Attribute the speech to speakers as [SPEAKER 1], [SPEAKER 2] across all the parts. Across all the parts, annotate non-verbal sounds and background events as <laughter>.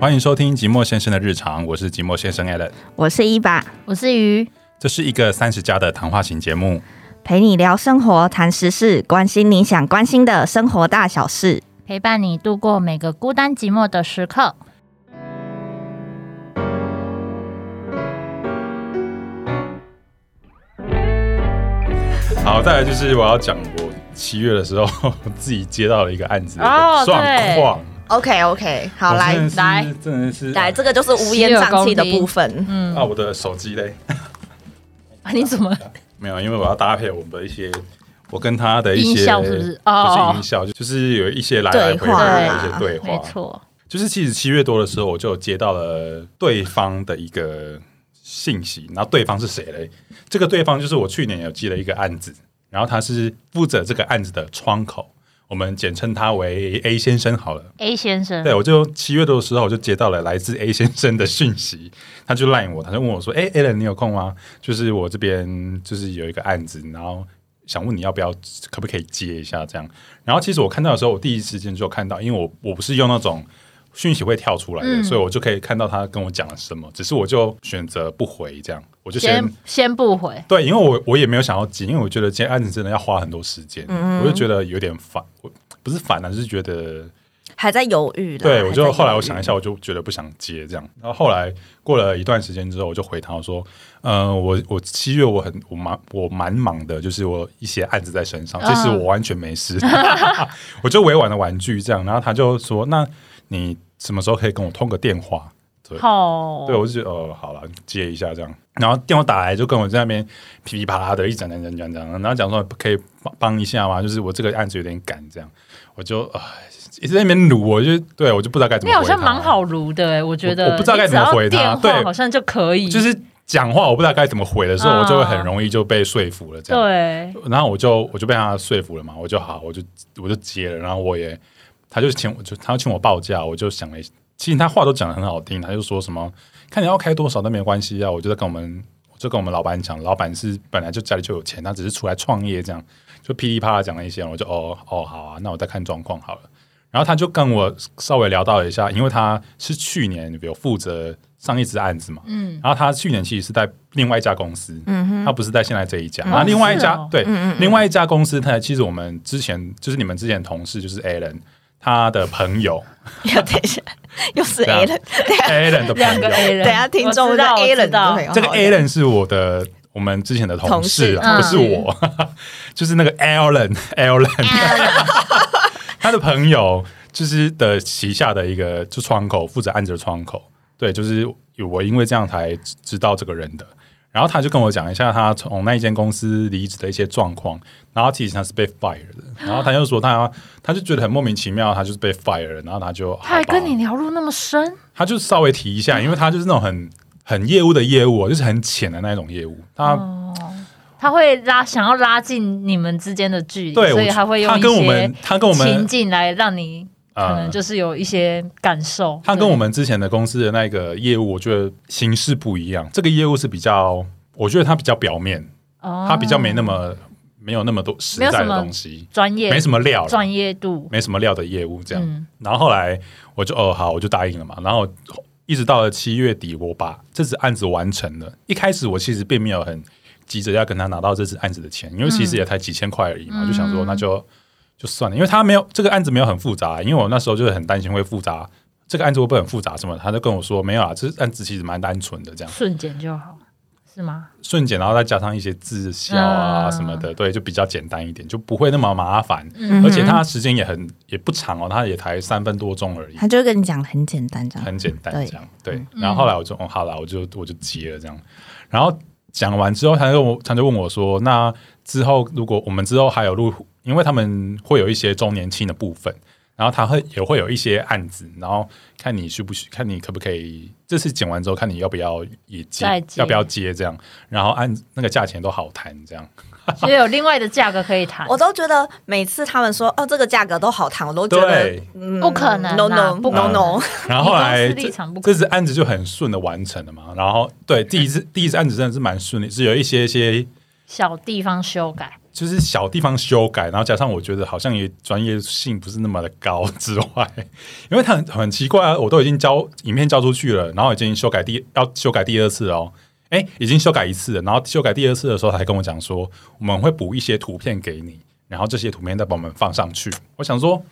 [SPEAKER 1] 欢迎收听《寂寞先生的日常》，我是寂寞先生 Allen，
[SPEAKER 2] 我是伊爸，
[SPEAKER 3] 我是鱼，
[SPEAKER 1] 这是一个三十加的谈话型节目。
[SPEAKER 2] 陪你聊生活、谈时事，关心你想关心的生活大小事。
[SPEAKER 3] 陪伴你度过每个孤单寂寞的
[SPEAKER 4] <laughs>
[SPEAKER 3] 时刻。
[SPEAKER 1] 好，再来就是我要讲我七月的时候 <laughs> 自己接到了一个案子的
[SPEAKER 3] 哦
[SPEAKER 1] 状况，
[SPEAKER 4] OK OK，好
[SPEAKER 1] 我
[SPEAKER 4] 来
[SPEAKER 1] 真的是
[SPEAKER 3] 来
[SPEAKER 1] 真的是
[SPEAKER 4] 来，这个就是乌烟瘴气的部分。
[SPEAKER 3] 嗯，
[SPEAKER 1] 啊，我的手机嘞，
[SPEAKER 3] 啊你怎么
[SPEAKER 1] 没有，因为我要搭配我们的一些。我跟他的一些
[SPEAKER 3] 音效是不是
[SPEAKER 1] 不
[SPEAKER 3] 哦
[SPEAKER 1] 是音效，就是有一些来来回回的一些对话。
[SPEAKER 3] <laughs> 没错？
[SPEAKER 1] 就是其实七月多的时候，我就接到了对方的一个信息，然后对方是谁嘞？这个对方就是我去年有接了一个案子，然后他是负责这个案子的窗口，我们简称他为 A 先生好了。
[SPEAKER 3] A 先生，
[SPEAKER 1] 对，我就七月多的时候，我就接到了来自 A 先生的讯息，他就 line 我，他就问我说：“哎、a l a n 你有空吗？就是我这边就是有一个案子，然后想问你要不要，可不可以接一下这样。”然后其实我看到的时候，我第一时间就有看到，因为我我不是用那种讯息会跳出来的，所以我就可以看到他跟我讲了什么，只是我就选择不回，这样我就先
[SPEAKER 3] 先先不回，
[SPEAKER 1] 对，因为我我也没有想要急，因为我觉得今天案子真的要花很多时间，我就觉得有点烦，我不是烦啊，就是觉得。
[SPEAKER 4] 还在犹豫啦
[SPEAKER 1] 对，我就后来我，
[SPEAKER 4] 还在
[SPEAKER 1] 想
[SPEAKER 4] 犹
[SPEAKER 1] 一
[SPEAKER 4] <laughs>
[SPEAKER 1] 下，我就觉得不想接这样。然后后来过了一段时间之后，我就回他说：“呃，我我七月我很我蛮我蛮忙的，就是我一些案子在身上，这是
[SPEAKER 4] 嗯
[SPEAKER 1] 我完全没事。 <laughs> 我就委婉的婉拒这样。然后他就说：“那你什么时候可以跟我通个电话？”对
[SPEAKER 3] 好，
[SPEAKER 1] 对，我就觉得哦，好了，接一下这样。然后电话打来就跟我在那边噼里啪啦的一直讲讲讲讲讲，然后讲说可以帮帮一下吗？就是我这个案子有点赶，这样我就啊、一直在那边撸，我就对我就不知道该怎
[SPEAKER 3] 你
[SPEAKER 1] 么回。
[SPEAKER 3] 好像蛮，好如的哎，我觉得
[SPEAKER 1] 我我不知道该怎么回他
[SPEAKER 3] 你只要电
[SPEAKER 1] 对
[SPEAKER 3] 话好像就可以，
[SPEAKER 1] 就是讲话我不知道该怎么回的时候，
[SPEAKER 3] 啊
[SPEAKER 1] 我就会很容易就被说服了这样。
[SPEAKER 3] 对，
[SPEAKER 1] 然后我就我就被他说服了嘛，我就好，我就我就接了，然后我也他就请我就他要请我报价，我就想了一，其实他话都讲的很好听，他就说什么看你要开多少都没有关系啊，我就在跟我们我就跟我们老板讲，老板是本来就家里就有钱，他只是出来创业这样，就噼里啪啦讲了一些，我就哦哦好啊，那我再看状况好了。然后他就跟我稍微聊到了一下，因为他是去年有负责上一支案子嘛，
[SPEAKER 3] 嗯，
[SPEAKER 1] 然后他去年其实是在另外一家公司，他不是在现在这一家。
[SPEAKER 3] 嗯
[SPEAKER 1] 然后另外一家、
[SPEAKER 3] 是哦
[SPEAKER 1] 对，另外一家公司，他其实我们之前就是你们之前同事，就是 Alan 他的朋友
[SPEAKER 3] <laughs>
[SPEAKER 4] 豫等一下，又是
[SPEAKER 1] 这样
[SPEAKER 4] A 人，
[SPEAKER 1] ，Alan 的
[SPEAKER 3] 两
[SPEAKER 1] 朋
[SPEAKER 3] 个
[SPEAKER 1] 友，
[SPEAKER 3] A 人，
[SPEAKER 4] 等一下听众
[SPEAKER 3] 我
[SPEAKER 4] 是
[SPEAKER 3] 知道
[SPEAKER 4] A 人
[SPEAKER 3] 我
[SPEAKER 4] 的朋
[SPEAKER 3] 知道
[SPEAKER 4] 友，
[SPEAKER 1] 这个
[SPEAKER 4] 好的
[SPEAKER 1] Alan 是我的我们之前的同事啊，
[SPEAKER 3] 同
[SPEAKER 1] 不是
[SPEAKER 3] 事嗯
[SPEAKER 1] 我， <laughs> 就是那个 Alan <laughs> Alan <laughs> 他的朋友，就是的旗下的一个就窗口负责案子的窗口，对，就是我因为这样才知知道这个人的。然后他就跟我讲一下他从那一间公司离职的一些状况，然后其实他是被 fire 的，然后他就说他他就觉得很莫名其妙，他就是被 fire 了，然后他就
[SPEAKER 3] 他还
[SPEAKER 1] 好吧
[SPEAKER 3] 跟你聊入那么深，
[SPEAKER 1] 他就稍微提一下，
[SPEAKER 3] 嗯
[SPEAKER 1] 因为他就是那种很很业务的业务哦，就是很浅的那种业务。他、
[SPEAKER 3] 哦他会拉想要拉近你们之间的距离，
[SPEAKER 1] 对，
[SPEAKER 3] 所以
[SPEAKER 1] 我
[SPEAKER 3] 他会用
[SPEAKER 1] 他
[SPEAKER 3] 一
[SPEAKER 1] 跟我
[SPEAKER 3] 些
[SPEAKER 1] 们他跟我
[SPEAKER 3] 情
[SPEAKER 1] 们呃
[SPEAKER 3] 境来让你可能就是有一些感受。
[SPEAKER 1] 他跟
[SPEAKER 3] 对
[SPEAKER 1] 我们之前的公司的那个业务，我觉得形式不一样。这个业务是比较，我觉得它比较表面，
[SPEAKER 3] 哦
[SPEAKER 1] 它比较没那么没有那么多实在的东西，
[SPEAKER 3] 专业，
[SPEAKER 1] 没什么料啦，
[SPEAKER 3] 专业度。
[SPEAKER 1] 没什么料的业务这样。
[SPEAKER 3] 嗯
[SPEAKER 1] 然后后来我就哦好，我就答应了嘛。然后一直到了七月底，我把这次案子完成了。一开始我其实并没有很急着要跟他拿到这次案子的钱，因为其实也才几千块而已嘛，
[SPEAKER 3] 嗯
[SPEAKER 1] 就想说那就就算了，因为他没有这个案子没有很复杂，因为我那时候就是很担心会复杂。这个案子会不会很复杂什么的？他就跟我说没有啊，这案子其实蛮单纯的，这样
[SPEAKER 3] 瞬间就好，是吗？
[SPEAKER 1] 瞬间，然后再加上一些字效啊
[SPEAKER 3] 嗯
[SPEAKER 1] 什么的，对，就比较简单一点，就不会那么麻烦。
[SPEAKER 3] 嗯
[SPEAKER 1] 而且它时间也很也不长哦，它也才三分多钟而已。
[SPEAKER 2] 他就跟你讲得很简单，这样
[SPEAKER 1] 很简单
[SPEAKER 2] 对
[SPEAKER 1] 这样。对，然后后来我就、哦好了，我就我就接了这样。然后讲完之后，他就问我他就问我说，那之后如果我们之后还有录，因为他们会有一些周年庆的部分。然后他会也会有一些案子，然后看你需不需，看你可不可以，这次剪完之后看你要不要也接
[SPEAKER 3] 再，接
[SPEAKER 1] 要不要接这样，然后按那个价钱都好谈这样。
[SPEAKER 3] 所以有另外的价格可以谈，
[SPEAKER 4] 我都觉得每次他们说哦这个价格都好谈，我都觉得
[SPEAKER 1] 对嗯
[SPEAKER 4] 嗯
[SPEAKER 3] 不可能啊
[SPEAKER 4] ，no no
[SPEAKER 3] 不可
[SPEAKER 4] no
[SPEAKER 3] 能
[SPEAKER 4] no，
[SPEAKER 1] <laughs> 然后后来
[SPEAKER 3] 你公司
[SPEAKER 1] 这
[SPEAKER 3] 立场不可
[SPEAKER 1] 这次案子就很顺的完成了嘛。然后对第一次第一次案子真的是蛮顺利，是有一些一些
[SPEAKER 3] 小地方修改，
[SPEAKER 1] 就是小地方修改，然后加上我觉得好像也专业性不是那么的高之外，因为它很很奇怪啊，我都已经交影片交出去了，然后已经修改第要修改第二次了哦，哎，已经修改一次了，然后修改第二次的时候才跟我讲说我们会补一些图片给你，然后这些图片再把我们放上去。我想说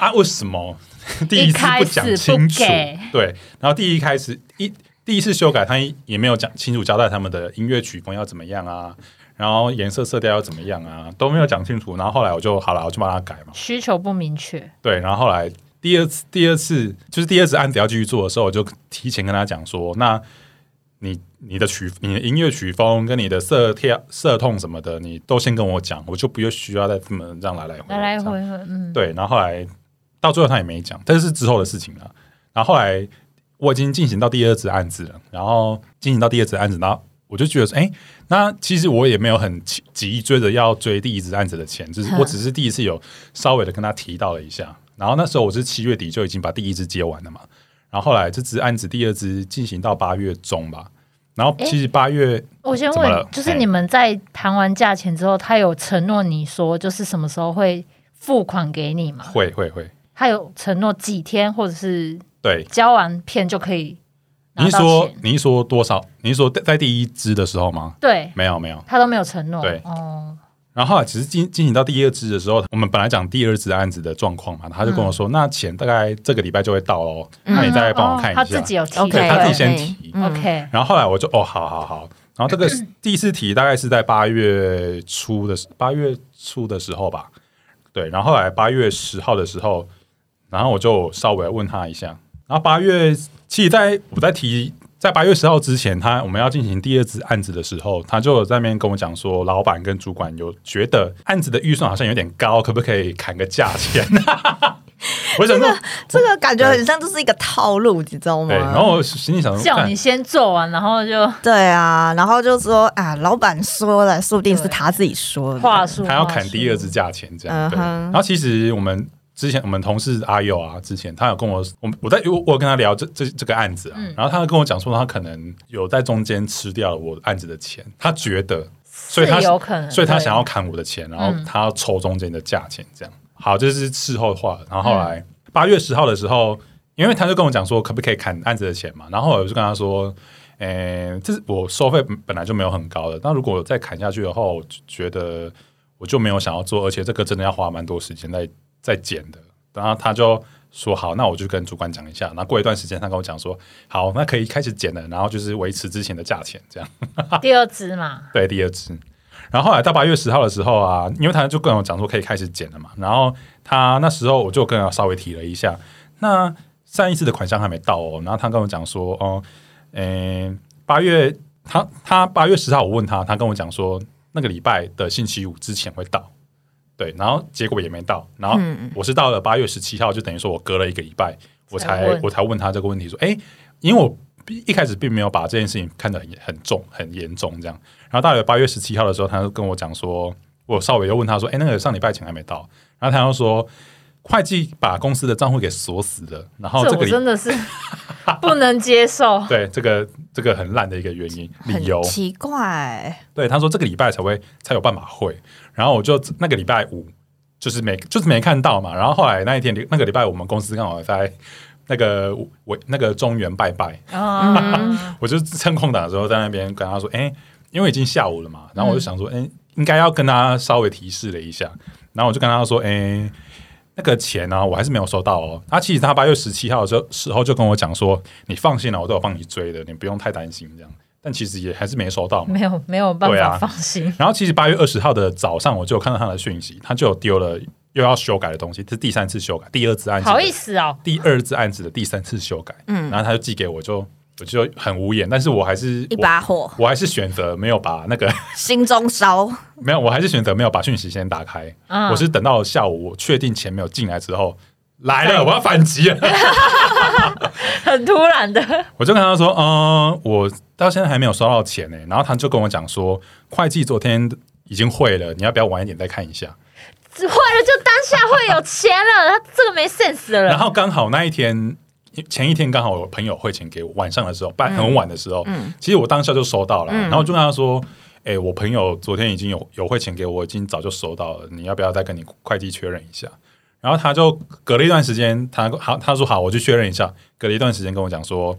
[SPEAKER 1] 啊，为什么 <laughs> 第一次不讲清楚
[SPEAKER 3] 一开始不给？
[SPEAKER 1] 对，然后第一开始一第一次修改，他也没有讲清楚交代他们的音乐曲风要怎么样啊，然后颜色色调要怎么样啊，都没有讲清楚。然后后来我就好了，我就帮他改嘛。
[SPEAKER 3] 需求不明确，
[SPEAKER 1] 对，然后后来第二次，第二次就是第二次案子要继续做的时候，我就提前跟他讲说，那你你的曲、你的音乐曲风跟你的色调、色痛什么的，你都先跟我讲，我就不用需要再这么这样来来回
[SPEAKER 3] 来来回
[SPEAKER 1] 这样。
[SPEAKER 3] 回，嗯，
[SPEAKER 1] 对，然后后来到最后他也没讲，但是之后的事情了。然后后来我已经进行到第二次案子了，然后进行到第二次案子，然后我就觉得说，哎，那其实我也没有很急急追着要追第一次案子的钱，就是
[SPEAKER 3] 嗯
[SPEAKER 1] 我只是第一次有稍微的跟他提到了一下。然后那时候我是七月底就已经把第一支接完了嘛，然后后来这支案子第二支进行到八月中吧，然后其实八月
[SPEAKER 3] 我先
[SPEAKER 1] 怎么了
[SPEAKER 3] 问，就是
[SPEAKER 1] 哎
[SPEAKER 3] 你们在谈完价钱之后，他有承诺你说就是什么时候会付款给你吗？
[SPEAKER 1] 会会会，
[SPEAKER 3] 他有承诺几天，或者是
[SPEAKER 1] 对，
[SPEAKER 3] 交完片就可以
[SPEAKER 1] 你
[SPEAKER 3] 拿
[SPEAKER 1] 是
[SPEAKER 3] 到
[SPEAKER 1] 说
[SPEAKER 3] 钱？
[SPEAKER 1] 你是说多少？你是说在在第一支的时候吗？
[SPEAKER 3] 对，
[SPEAKER 1] 没有没有，
[SPEAKER 3] 他都没有承诺。
[SPEAKER 1] 对
[SPEAKER 3] 哦，
[SPEAKER 1] 然后后来啊只是进进行到第二支的时候，我们本来讲第二支案子的状况嘛，他就跟我说，那钱大概这个礼拜就会到哦，那你再帮我看一下。
[SPEAKER 3] 嗯哦他自己有提
[SPEAKER 2] OK，
[SPEAKER 1] 对他自己先
[SPEAKER 2] 对
[SPEAKER 1] 提
[SPEAKER 2] 嗯
[SPEAKER 3] OK，
[SPEAKER 1] 然后后来我就哦，好好好。然后
[SPEAKER 4] 嗯
[SPEAKER 1] 这个第一次题大概是在八月初的时八月初的时候吧，对。然后后来八月十号的时候，然后我就稍微问他一下。然后八月，其实在我在提在八月十号之前，他我们要进行第二支案子的时候，他就有在那边跟我讲说，老板跟主管有觉得案子的预算好像有点高，可不可以砍个价钱？ <laughs> 我想说，
[SPEAKER 4] 这个感觉很像就是一个套路，你知道吗？
[SPEAKER 1] 对。然后我心里想说，
[SPEAKER 3] 叫
[SPEAKER 1] 干
[SPEAKER 3] 你先做完，然后就
[SPEAKER 4] 对啊，然后就说啊，老板说了，说不定是他自己说的。
[SPEAKER 3] 话术，
[SPEAKER 1] 他要
[SPEAKER 3] 话术
[SPEAKER 1] 砍第二支价钱这样。
[SPEAKER 4] 嗯
[SPEAKER 1] 对，
[SPEAKER 4] 哼
[SPEAKER 1] 然后其实我们之前我们同事阿佑啊，之前他有跟我，我们我在我我有跟他聊这这这个案子啊，然后他跟我讲说他可能有在中间吃掉了我案子的钱，他觉得，所以他
[SPEAKER 3] 是有可能，
[SPEAKER 1] 所以他
[SPEAKER 3] 对嗯
[SPEAKER 1] 想要砍我的钱，然后他要抽中间的价钱这样。好，这是事后的话。然
[SPEAKER 3] 嗯
[SPEAKER 1] 后后来八月十号的时候，因为他就跟我讲说可不可以砍案子的钱嘛，然后我就跟他说。诶、这是我收费本来就没有很高的，那如果再砍下去的话，我就觉得我就没有想要做，而且这个真的要花蛮多时间在在剪的。然后他就说好，那我就跟主管讲一下。然后过一段时间，他跟我讲说好，那可以开始剪了，然后就是维持之前的价钱这样。
[SPEAKER 3] 第二支嘛，
[SPEAKER 1] 对，第二支。然后后来到八月十号的时候啊，因为他就跟我讲说可以开始剪了嘛，然后他那时候我就跟他稍微提了一下，那上一次的款项还没到哦，然后他跟我讲说，哦，嗯，八月他他八月十号我问他，他跟我讲说那个礼拜的星期五之前会到，对，然后结果也没到，然后我是到了八月十七号，就等于说我隔了一个礼拜，我
[SPEAKER 3] 嗯才
[SPEAKER 1] 才
[SPEAKER 3] 问
[SPEAKER 1] 我才问他这个问题说，哎，因为我一开始并没有把这件事情看得很很重很严重这样，然后到了八月十七号的时候，他就跟我讲说，我稍微又问他说，哎，那个上礼拜钱还没到，然后他又说。会计把公司的账户给锁死了，然后哦这
[SPEAKER 3] 我
[SPEAKER 1] 个礼拜
[SPEAKER 3] 真的是
[SPEAKER 1] <laughs>
[SPEAKER 3] 不能接受。
[SPEAKER 1] 对，这个这个很烂的一个原因
[SPEAKER 4] 很
[SPEAKER 1] 理由。
[SPEAKER 4] 奇怪，
[SPEAKER 1] 对，他说这个礼拜才会才有办法会，然后我就那个礼拜五就是没就是没看到嘛，然后后来那一天那个礼拜我们公司刚好在那个我那个中原拜拜，
[SPEAKER 4] 嗯
[SPEAKER 3] 啊，
[SPEAKER 1] 我就趁空档的时候在那边跟他说，哎、因为已经下午了
[SPEAKER 3] 嗯
[SPEAKER 1] 嘛，然后我就想说，哎、应该要跟他稍微提示了一下，然后我就跟他说，哎、那个钱呢、我还是没有收到哦。他、其实他八月十七号的时候时候就跟我讲说，你放心了、啊我都有帮你追的，你不用太担心这样。但其实也还是没收到嘛。
[SPEAKER 3] 没有没有办
[SPEAKER 1] 对啊
[SPEAKER 3] 法放心。
[SPEAKER 1] 然后其实八月二十号的早上，我就有看到他的讯息，他就有丢了又要修改的东西，这是第三次修改，第二次案子的
[SPEAKER 3] 好意思哦，
[SPEAKER 1] 第二次案子的第三次修改，嗯，然后他就寄给我就，我就很无言，但是我还是
[SPEAKER 4] 一把火，
[SPEAKER 1] 我还是选择没有把那个 <laughs>
[SPEAKER 4] 心中烧。
[SPEAKER 1] 没有，我还是选择没有把讯息先打开。
[SPEAKER 3] 嗯
[SPEAKER 1] 我是等到下午我确定钱没有进来之后，来
[SPEAKER 3] 再
[SPEAKER 1] 了，我要反击了。 <laughs>
[SPEAKER 3] 很突然的，
[SPEAKER 1] 我就跟他说，嗯，我到现在还没有收到钱呢、然后他就跟我讲说，会计昨天已经汇了，你要不要晚一点再看一下？
[SPEAKER 3] 只坏了就当下会有钱了，他这个没 sense 的
[SPEAKER 1] 然
[SPEAKER 3] 人。
[SPEAKER 1] 后刚好那一天。前一天刚好我
[SPEAKER 4] 嗯
[SPEAKER 1] 朋友汇钱给我，晚上的时候，半很晚的时候，其实我当下就收到了，然后我就跟他说：“哎、我朋友昨天已经有有汇钱给我，已经早就收到了，你要不要再跟你会计确认一下？”然后他就隔了一段时间，他好他说好，我去确认一下。隔了一段时间跟我讲说，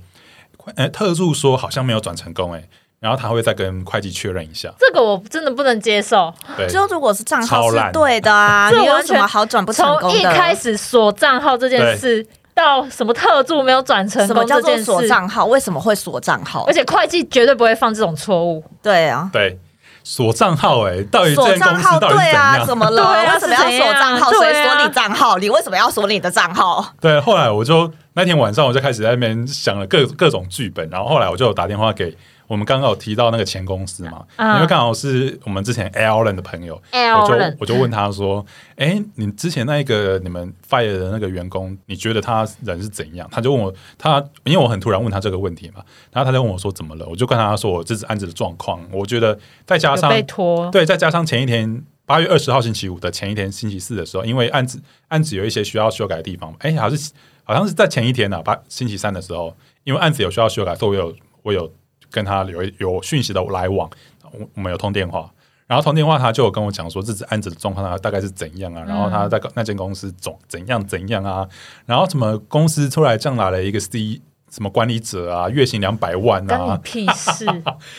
[SPEAKER 1] 呃，特助说好像没有转成功、欸，哎，然后他会再跟会计确认一下。
[SPEAKER 3] 这个我真的不能接受。
[SPEAKER 1] 对，
[SPEAKER 4] 就如果是账号
[SPEAKER 1] 超
[SPEAKER 4] 是
[SPEAKER 1] 烂
[SPEAKER 4] 对的啊，
[SPEAKER 3] 这
[SPEAKER 4] 你有
[SPEAKER 3] 完
[SPEAKER 4] 什
[SPEAKER 3] 全
[SPEAKER 4] 么好转不成
[SPEAKER 3] 从
[SPEAKER 4] 功的？
[SPEAKER 3] 一开始锁账号这件事，到什么特助没有转成
[SPEAKER 4] 什么
[SPEAKER 3] 功
[SPEAKER 4] 叫
[SPEAKER 3] 这
[SPEAKER 4] 做
[SPEAKER 3] 件
[SPEAKER 4] 锁
[SPEAKER 3] 事，
[SPEAKER 4] 账号？为什么会锁账号
[SPEAKER 3] 而？且会计绝对不会犯这种错误。
[SPEAKER 4] 对啊，
[SPEAKER 1] 对，锁账号哎、到底这
[SPEAKER 4] 锁
[SPEAKER 1] 间
[SPEAKER 4] 账
[SPEAKER 1] 公
[SPEAKER 4] 号
[SPEAKER 1] 司到底是
[SPEAKER 4] 对
[SPEAKER 1] 怎
[SPEAKER 4] 啊，
[SPEAKER 1] 样？
[SPEAKER 4] 怎么了？
[SPEAKER 3] 对啊
[SPEAKER 4] 为什么要
[SPEAKER 3] 是怎
[SPEAKER 4] 锁
[SPEAKER 3] 样
[SPEAKER 4] 账号？
[SPEAKER 3] 对
[SPEAKER 4] 谁
[SPEAKER 3] 啊
[SPEAKER 4] 锁你账号？你为什么要锁你的账号？
[SPEAKER 1] 对，后来我就那天晚上我就开始在那边想了各各种剧本，然后后来我就有打电话给我们刚刚有提到那个前公司嘛，
[SPEAKER 3] 嗯
[SPEAKER 1] 因为刚好是我们之前 Alan 的朋友，我
[SPEAKER 3] Alan
[SPEAKER 1] 就我就问他说：“哎、你之前那个你们 fire 的那个员工，你觉得他人是怎样？”他就问我，他因为我很突然问他这个问题嘛，然后他就问我说：“怎么了？”我就跟他说：“我这次案子的状况，我觉得再加
[SPEAKER 3] 有
[SPEAKER 1] 上
[SPEAKER 3] 被拖，
[SPEAKER 1] 对，再加上前一天八月二十号星期五的前一天星期四的时候，因为案子案子有一些需要修改的地方，哎，好像是好像是在前一天呢、啊，八星期三的时候，因为案子有需要修改，所以我有我有跟他有有讯息的来往，我我们有通电话。然后通电话，他就有跟我讲说，这次案子的状况啊，大概是怎样啊？然后他在那间公司总怎样怎样啊？然后什么公司出来降来了一个 C 什么管理者啊，月薪两百万
[SPEAKER 3] 干你
[SPEAKER 1] 啊，
[SPEAKER 3] 屁事？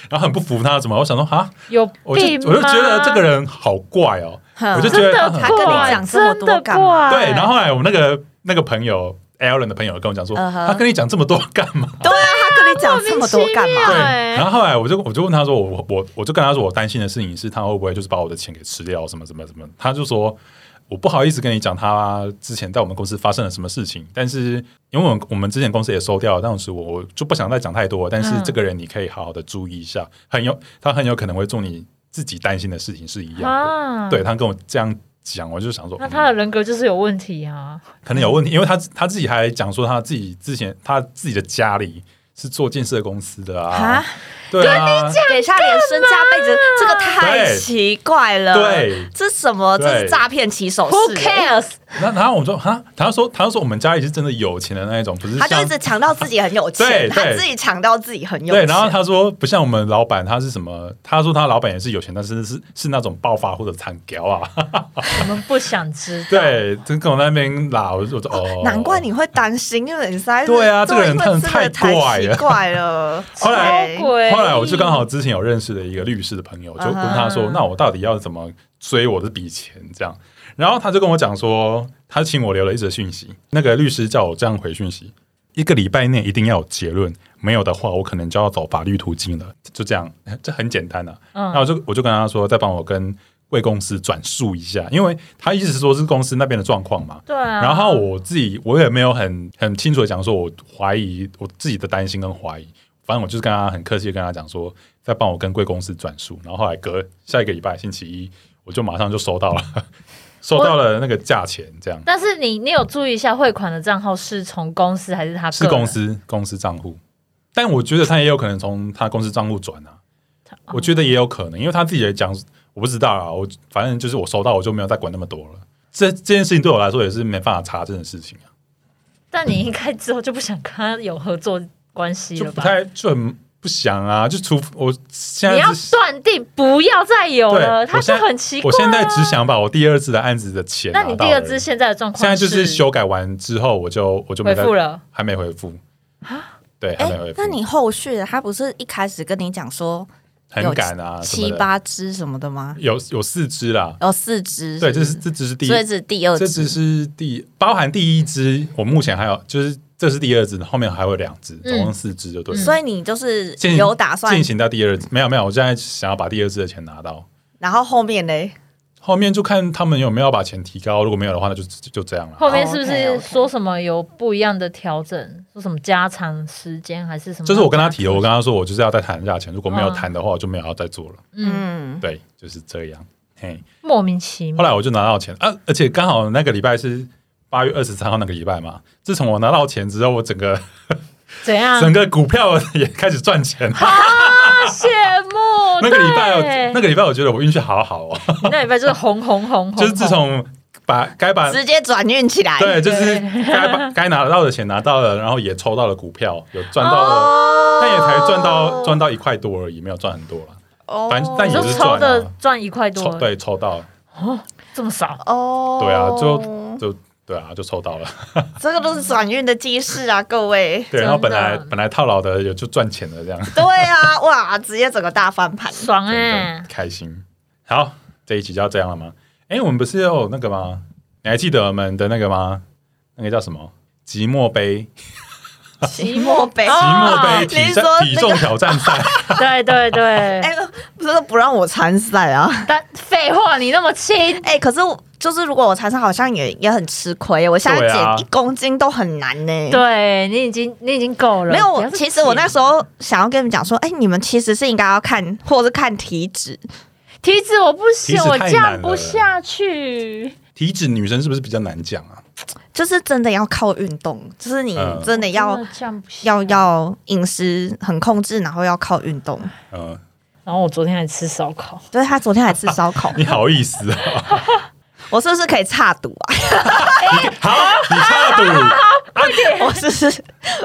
[SPEAKER 1] 然后很不服他怎么？我想说啊，
[SPEAKER 3] 有
[SPEAKER 1] <laughs> 我就
[SPEAKER 3] 病吗？
[SPEAKER 1] 我就觉得这个人好怪哦，
[SPEAKER 4] 哼
[SPEAKER 1] 我就觉得
[SPEAKER 3] 真的
[SPEAKER 1] 他很
[SPEAKER 3] 怪，
[SPEAKER 4] 他跟你讲这么多
[SPEAKER 3] 真的
[SPEAKER 4] 干嘛
[SPEAKER 1] 嗯
[SPEAKER 3] 怪
[SPEAKER 1] 对。然后后来我们那个那个朋友 Alan 的朋友跟我讲说，
[SPEAKER 4] 嗯哼
[SPEAKER 1] 他跟你讲这么多干嘛？
[SPEAKER 4] 对啊，他跟你讲这么多干
[SPEAKER 3] 莫名其
[SPEAKER 4] 嘛
[SPEAKER 3] 妙？
[SPEAKER 1] 对。
[SPEAKER 3] 哎
[SPEAKER 1] 然后后来我就我就问他说，我我我就跟他说，我担心的事情是他会不会就是把我的钱给吃掉，什么什么什么？他就说。我不好意思跟你讲，他之前在我们公司发生了什么事情，但是因为我们我们之前公司也收掉了，当时我我就不想再讲太多。但是
[SPEAKER 3] 嗯
[SPEAKER 1] 这个人你可以好好的注意一下，很有他很有可能会做你自己担心的事情是一样的。
[SPEAKER 4] 嗯
[SPEAKER 3] 啊，
[SPEAKER 1] 对，他跟我这样讲，我就想说，
[SPEAKER 3] 那他的
[SPEAKER 1] 嗯
[SPEAKER 3] 人格就是有问题啊。
[SPEAKER 1] 可能有问题，因为他他自己还讲说他自己之前他自己的家里是做建设公司的啊
[SPEAKER 4] 啊，
[SPEAKER 1] 对啊，
[SPEAKER 4] <laughs> 给他连身家背景，这个太
[SPEAKER 1] 对
[SPEAKER 4] 奇怪了。
[SPEAKER 1] 对
[SPEAKER 4] 这什么？这
[SPEAKER 1] 对
[SPEAKER 4] 是诈骗起手
[SPEAKER 3] Who
[SPEAKER 4] 式、
[SPEAKER 3] cares？
[SPEAKER 1] 那然后我说哈，他说他说我们家里是真的有钱的那一种，不是
[SPEAKER 4] 他就
[SPEAKER 1] 像
[SPEAKER 4] 一直强调自己很有
[SPEAKER 1] 对对
[SPEAKER 4] 钱，他自己强调自己很有
[SPEAKER 1] 对，
[SPEAKER 4] 钱。
[SPEAKER 1] 然后他说不像我们老板，他是什么？他说他老板也是有钱，但是是是那种暴发户的惨屌啊， <laughs>
[SPEAKER 3] 我们不想知道。
[SPEAKER 1] 对，就跟我那边拉，我就我说哦，
[SPEAKER 4] 难怪你会担心，因为你实在是
[SPEAKER 1] 对啊这个人
[SPEAKER 4] 做英文真
[SPEAKER 1] 太
[SPEAKER 4] 的
[SPEAKER 1] 怪
[SPEAKER 4] 奇
[SPEAKER 1] 了
[SPEAKER 4] 怪了。
[SPEAKER 1] <laughs> 后来
[SPEAKER 3] 超诡异
[SPEAKER 1] 后来我就刚好之前有认识的一个律师的朋友，就问他说
[SPEAKER 3] 嗯：“哼
[SPEAKER 1] 那我到底要怎么追我这笔钱？”这样，然后他就跟我讲说，他请我留了一则讯息，那个律师叫我这样回讯息：一个礼拜内一定要有结论，没有的话，我可能就要走法律途径了。就这样， <laughs> 这很简单啊。
[SPEAKER 3] 嗯
[SPEAKER 1] 然后我就我就跟他说，再帮我跟贵公司转述一下，因为他意思是说是公司那边的状况嘛。
[SPEAKER 3] 对啊。
[SPEAKER 1] 然后我自己我也没有很很清楚的讲说，我怀疑我自己的担心跟怀疑。反正我就是跟他很客气地跟他讲说，再帮我跟贵公司转述。然后后来隔下一个礼拜星期一，我就马上就收到了， <laughs> 收到了那个价钱，这样
[SPEAKER 3] 但是你你有注意一下汇款的账号是从公司还是他个人
[SPEAKER 1] 是公？司公司账户。但我觉得他也有可能从他公司账户转啊，我觉得也有可能，因为他自己也讲，我不知道啊，我反正就是我收到我就没有再管那么多了。这这件事情对我来说也是没办法查证的事情啊。
[SPEAKER 3] 但你应该之后就不想跟他有合作关系
[SPEAKER 1] 就
[SPEAKER 3] 了
[SPEAKER 1] 不
[SPEAKER 3] 吧？
[SPEAKER 1] 太就很不想啊，就除我现
[SPEAKER 3] 你
[SPEAKER 1] 在
[SPEAKER 3] 要
[SPEAKER 1] 只
[SPEAKER 3] 断定不要再有了，
[SPEAKER 1] 对，
[SPEAKER 3] 他
[SPEAKER 1] 我
[SPEAKER 3] 就
[SPEAKER 1] 现在
[SPEAKER 3] 很奇怪、
[SPEAKER 1] 我现在只，想把我第二次的案子的钱拿
[SPEAKER 3] 那
[SPEAKER 1] 到而
[SPEAKER 3] 你
[SPEAKER 1] 已，
[SPEAKER 3] 第二支现在的状况
[SPEAKER 1] 现在就是修改完之后，我就我就没
[SPEAKER 3] 回
[SPEAKER 1] 再
[SPEAKER 3] 复，了，
[SPEAKER 1] 还没回复对，还
[SPEAKER 4] 哎、
[SPEAKER 1] 没回复，
[SPEAKER 4] 那你后续他不是一开始跟你讲说有
[SPEAKER 1] 很赶啊，什么
[SPEAKER 4] 七
[SPEAKER 1] 的，
[SPEAKER 4] 八只什么的吗？
[SPEAKER 1] 有有四只啦，
[SPEAKER 4] 有四只，
[SPEAKER 1] 对，这是这只是第一
[SPEAKER 4] 所以这是第二
[SPEAKER 1] 这只是第包含第一只，我目前还有就是这是第二只，后面还有两只，总共四只就对了。
[SPEAKER 4] 嗯所以你就是
[SPEAKER 1] 进行
[SPEAKER 4] 有打算
[SPEAKER 1] 进，行到第二只，没有没有，我现在想要把第二只的钱拿到。
[SPEAKER 4] 然后后面嘞，
[SPEAKER 1] 后面就看他们有没有把钱提高，如果没有的话，那就就就这样了。
[SPEAKER 3] 后面是不是
[SPEAKER 1] 哦
[SPEAKER 4] OK，OK
[SPEAKER 3] 说什么有不一样的调整，说什么加长时间还是什么？
[SPEAKER 1] 就是我跟他提了，我跟他说我就是要再谈价钱，如果没有
[SPEAKER 3] 嗯
[SPEAKER 1] 谈的话，我就没有要再做了。
[SPEAKER 3] 嗯，
[SPEAKER 4] 嗯，
[SPEAKER 1] 对，就是这样。嘿，
[SPEAKER 3] 莫名其
[SPEAKER 1] 后
[SPEAKER 3] 妙，
[SPEAKER 1] 来我就拿到钱，啊，而且刚好那个礼拜是八月二十三号那个礼拜嘛。自从我拿到钱之后，我整个、
[SPEAKER 3] 怎
[SPEAKER 1] <laughs>
[SPEAKER 3] 样？
[SPEAKER 1] 整个股票也开始赚钱。
[SPEAKER 3] 啊，羡
[SPEAKER 1] <laughs>
[SPEAKER 3] 慕
[SPEAKER 1] 那个礼拜
[SPEAKER 3] 对
[SPEAKER 1] 我，那个礼拜我觉得我运气好好哦，
[SPEAKER 3] 你那礼拜就是红红红红，
[SPEAKER 1] 就是自从把该把
[SPEAKER 4] 嗯直接转运起来，
[SPEAKER 1] 对，就是
[SPEAKER 3] 对
[SPEAKER 1] 该把该拿到的钱拿到了，然后也抽到了股票，有赚到了。
[SPEAKER 4] 哦
[SPEAKER 1] 但也才赚到赚到一块多而已，没有赚很多了。
[SPEAKER 4] 哦
[SPEAKER 1] 反正但
[SPEAKER 3] 你
[SPEAKER 1] 也
[SPEAKER 3] 说
[SPEAKER 1] 是
[SPEAKER 3] 抽
[SPEAKER 1] 赚啊
[SPEAKER 3] 的赚一块多
[SPEAKER 1] 抽，对抽到，
[SPEAKER 3] 这么少，
[SPEAKER 4] 哦，
[SPEAKER 1] 对啊，就就对啊，就抽到了。
[SPEAKER 4] 这个都是转运的机制啊，各位。
[SPEAKER 1] 对，
[SPEAKER 3] 真的
[SPEAKER 1] 然后本来本来套牢的也就赚钱了，这样
[SPEAKER 4] 对啊， <laughs> 哇，直接整个大翻盘。
[SPEAKER 3] 爽
[SPEAKER 1] 真
[SPEAKER 3] 哎
[SPEAKER 1] 的！开心。好，这一集就要这样了吗？哎，我们不是有那个吗？你还记得我们的那个吗？那个叫什么？即墨杯，即
[SPEAKER 4] 期末杯，
[SPEAKER 3] <laughs> 哦
[SPEAKER 1] 墨杯
[SPEAKER 3] 你
[SPEAKER 1] 体
[SPEAKER 4] 是
[SPEAKER 1] 战、
[SPEAKER 4] 说
[SPEAKER 1] 体
[SPEAKER 4] 那个
[SPEAKER 1] 重挑战赛，
[SPEAKER 3] 对
[SPEAKER 1] <laughs>
[SPEAKER 3] 对对，
[SPEAKER 4] 哎、不是不让我参赛啊？
[SPEAKER 3] 但废话，你那么轻，
[SPEAKER 4] 哎、可是我就是如果我参赛，好像也也很吃亏。我现在
[SPEAKER 1] 对啊
[SPEAKER 4] 减一公斤都很难呢、。
[SPEAKER 3] 对你已经你已经够了。
[SPEAKER 4] 没有，
[SPEAKER 3] 不
[SPEAKER 4] 我
[SPEAKER 3] 要是
[SPEAKER 4] 其实我那
[SPEAKER 3] 轻
[SPEAKER 4] 时候想要跟你们讲说，哎、你们其实是应该要看，或者是看体脂，
[SPEAKER 3] 体脂我不行
[SPEAKER 1] 体，脂
[SPEAKER 3] 我
[SPEAKER 1] 太
[SPEAKER 3] 降
[SPEAKER 1] 难
[SPEAKER 3] 不
[SPEAKER 1] 了
[SPEAKER 3] 下去。
[SPEAKER 1] 体脂女生是不是比较难讲啊？
[SPEAKER 4] 就是真的要靠运动，就是你
[SPEAKER 1] 嗯
[SPEAKER 4] 真的要、
[SPEAKER 3] 真的降不下
[SPEAKER 4] 要。要饮食很控制，然后要靠运动。
[SPEAKER 1] 嗯，，
[SPEAKER 3] 然后我昨天还吃烧烤，
[SPEAKER 4] 对他昨天还吃烧烤
[SPEAKER 3] <laughs>
[SPEAKER 1] 你好意思啊？
[SPEAKER 4] 我是不是可以岔赌啊？
[SPEAKER 1] 好，你差赌，
[SPEAKER 4] 我是不是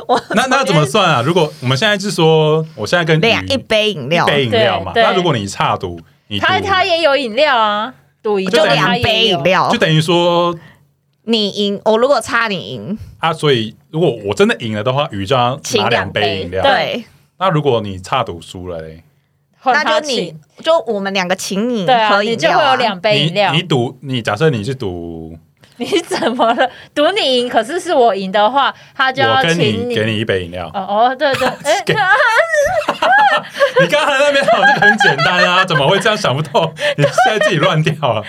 [SPEAKER 4] 我
[SPEAKER 1] 那那要怎么算啊？如果我们现在是说，我现在跟
[SPEAKER 4] 两
[SPEAKER 1] 鱼
[SPEAKER 4] 一杯饮料
[SPEAKER 1] 一，杯饮料嘛，
[SPEAKER 3] 对对
[SPEAKER 1] 那如果你差赌，你赌
[SPEAKER 3] 他他也有饮料啊，赌一
[SPEAKER 4] 就
[SPEAKER 1] 就等于
[SPEAKER 4] 两杯饮，料
[SPEAKER 1] 就，等于说
[SPEAKER 4] 你赢，我如果差你赢，
[SPEAKER 1] 啊，所以如果我真的赢了的话，鱼就要
[SPEAKER 3] 请
[SPEAKER 1] 拿
[SPEAKER 3] 两
[SPEAKER 1] 两
[SPEAKER 3] 杯
[SPEAKER 1] 杯饮料。
[SPEAKER 3] 对
[SPEAKER 4] 对，
[SPEAKER 1] 那如果你差赌输了嘞，
[SPEAKER 3] 换
[SPEAKER 4] 那
[SPEAKER 3] 他
[SPEAKER 4] 就
[SPEAKER 3] 请
[SPEAKER 4] 你就我们两个请你
[SPEAKER 3] 对啊，
[SPEAKER 4] 喝
[SPEAKER 3] 你
[SPEAKER 4] 饮
[SPEAKER 3] 就
[SPEAKER 4] 料、
[SPEAKER 3] 会有
[SPEAKER 4] 啊，
[SPEAKER 3] 两杯饮
[SPEAKER 1] 你
[SPEAKER 3] 料。
[SPEAKER 1] 你赌你假设你是赌
[SPEAKER 3] <laughs> 你怎么了？赌你赢，可是是我赢的话，他就要
[SPEAKER 1] 我跟
[SPEAKER 3] 请
[SPEAKER 1] 你给你一杯饮料，
[SPEAKER 3] 哦
[SPEAKER 1] <laughs>
[SPEAKER 3] 哦，对对，哎、 <laughs>
[SPEAKER 1] 给你刚才那边好像很简单啊，怎么会这样想不透？你现在自己乱掉了。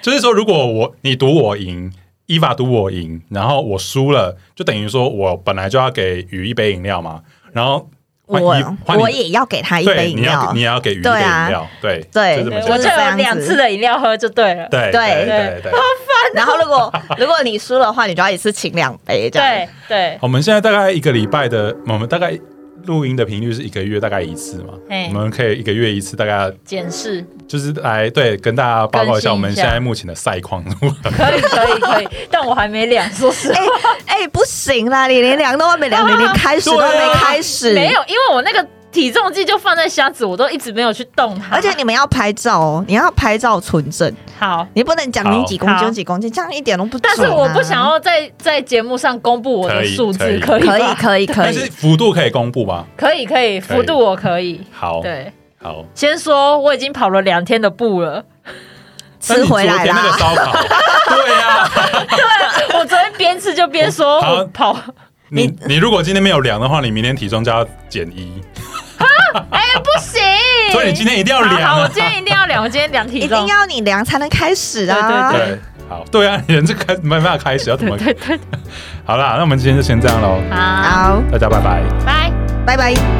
[SPEAKER 1] 就是说，如果我你赌我赢，伊法赌我赢，然后我输了，就等于说我本来就要给鱼一杯饮料嘛，然后换
[SPEAKER 4] 我
[SPEAKER 1] 一换你
[SPEAKER 4] 我也要给他一杯
[SPEAKER 1] 对，
[SPEAKER 4] 饮
[SPEAKER 1] 你要
[SPEAKER 4] 料
[SPEAKER 1] 你。也要给鱼一杯
[SPEAKER 4] 对啊
[SPEAKER 1] 饮料，对
[SPEAKER 4] 对
[SPEAKER 1] 就这么简
[SPEAKER 3] 对我
[SPEAKER 1] 单
[SPEAKER 3] 就
[SPEAKER 4] 这
[SPEAKER 3] 有
[SPEAKER 4] 样子
[SPEAKER 3] 两次的饮料喝就对了。
[SPEAKER 1] 对
[SPEAKER 4] 对
[SPEAKER 1] 对对。
[SPEAKER 4] 然后如果如果你输的话，你就要一次请两杯这样。
[SPEAKER 3] 对对，
[SPEAKER 1] 我们现在大概一个礼拜的，我们大概录音的频率是一个月大概一次嘛
[SPEAKER 3] 嘿，
[SPEAKER 1] 我们可以一个月一次，大概
[SPEAKER 3] 检视
[SPEAKER 1] 就是来对跟大家报告一
[SPEAKER 3] 更新一
[SPEAKER 1] 下
[SPEAKER 3] 下
[SPEAKER 1] 我们现在目前的赛况如何。
[SPEAKER 3] 可以可以可以，
[SPEAKER 1] <laughs>
[SPEAKER 3] 但我还没量，说实话。
[SPEAKER 4] 哎、不行啦，你连量都还没量，你连开始都还没开始，
[SPEAKER 3] <laughs> 没。有，因为我那个体重计就放在箱子，我都一直没有去动它。
[SPEAKER 4] 而且你们要拍照哦，你要拍照存证，
[SPEAKER 3] 好，
[SPEAKER 4] 你不能讲
[SPEAKER 1] 好
[SPEAKER 4] 你几公
[SPEAKER 3] 好
[SPEAKER 4] 斤几公斤，这样一点都不准
[SPEAKER 3] 但
[SPEAKER 4] 啊、
[SPEAKER 3] 是我不想要在在节目上公布我的
[SPEAKER 1] 可以
[SPEAKER 3] 数字，
[SPEAKER 1] 可
[SPEAKER 3] 可以
[SPEAKER 4] 可以
[SPEAKER 3] 吧
[SPEAKER 4] 可以可
[SPEAKER 1] 但
[SPEAKER 4] 以
[SPEAKER 1] 是，幅度可以公布吗？
[SPEAKER 3] 可以可以，幅度我可以。
[SPEAKER 1] 好，
[SPEAKER 3] 对，
[SPEAKER 1] 好。
[SPEAKER 3] 先说我已经跑了两天的步
[SPEAKER 1] <laughs>
[SPEAKER 3] 了，
[SPEAKER 4] 吃回
[SPEAKER 1] 那
[SPEAKER 4] 来
[SPEAKER 1] 你昨天
[SPEAKER 4] 啦
[SPEAKER 1] 那个。烧烤，
[SPEAKER 4] <laughs>
[SPEAKER 1] 对啊呀。
[SPEAKER 3] 我昨天边吃就边说
[SPEAKER 1] 好
[SPEAKER 3] 我跑，
[SPEAKER 1] 你你如果今天没有量的话，你明天体重就要减一，
[SPEAKER 3] 哎呀不行，
[SPEAKER 1] 所以你今天一定要
[SPEAKER 3] 好
[SPEAKER 1] 量
[SPEAKER 3] 好，我
[SPEAKER 1] 啊。
[SPEAKER 3] 今天一定要量，我今天量体
[SPEAKER 4] 一
[SPEAKER 3] 重
[SPEAKER 4] 定，要你量才能开始啊！
[SPEAKER 3] 对
[SPEAKER 1] 对，好，对啊，人这开没办法开始，要怎么？ <laughs> 好啦，那我们今天就先这样喽，
[SPEAKER 3] 好，
[SPEAKER 4] 好，
[SPEAKER 1] 大家拜拜。
[SPEAKER 3] 拜。
[SPEAKER 4] 拜拜。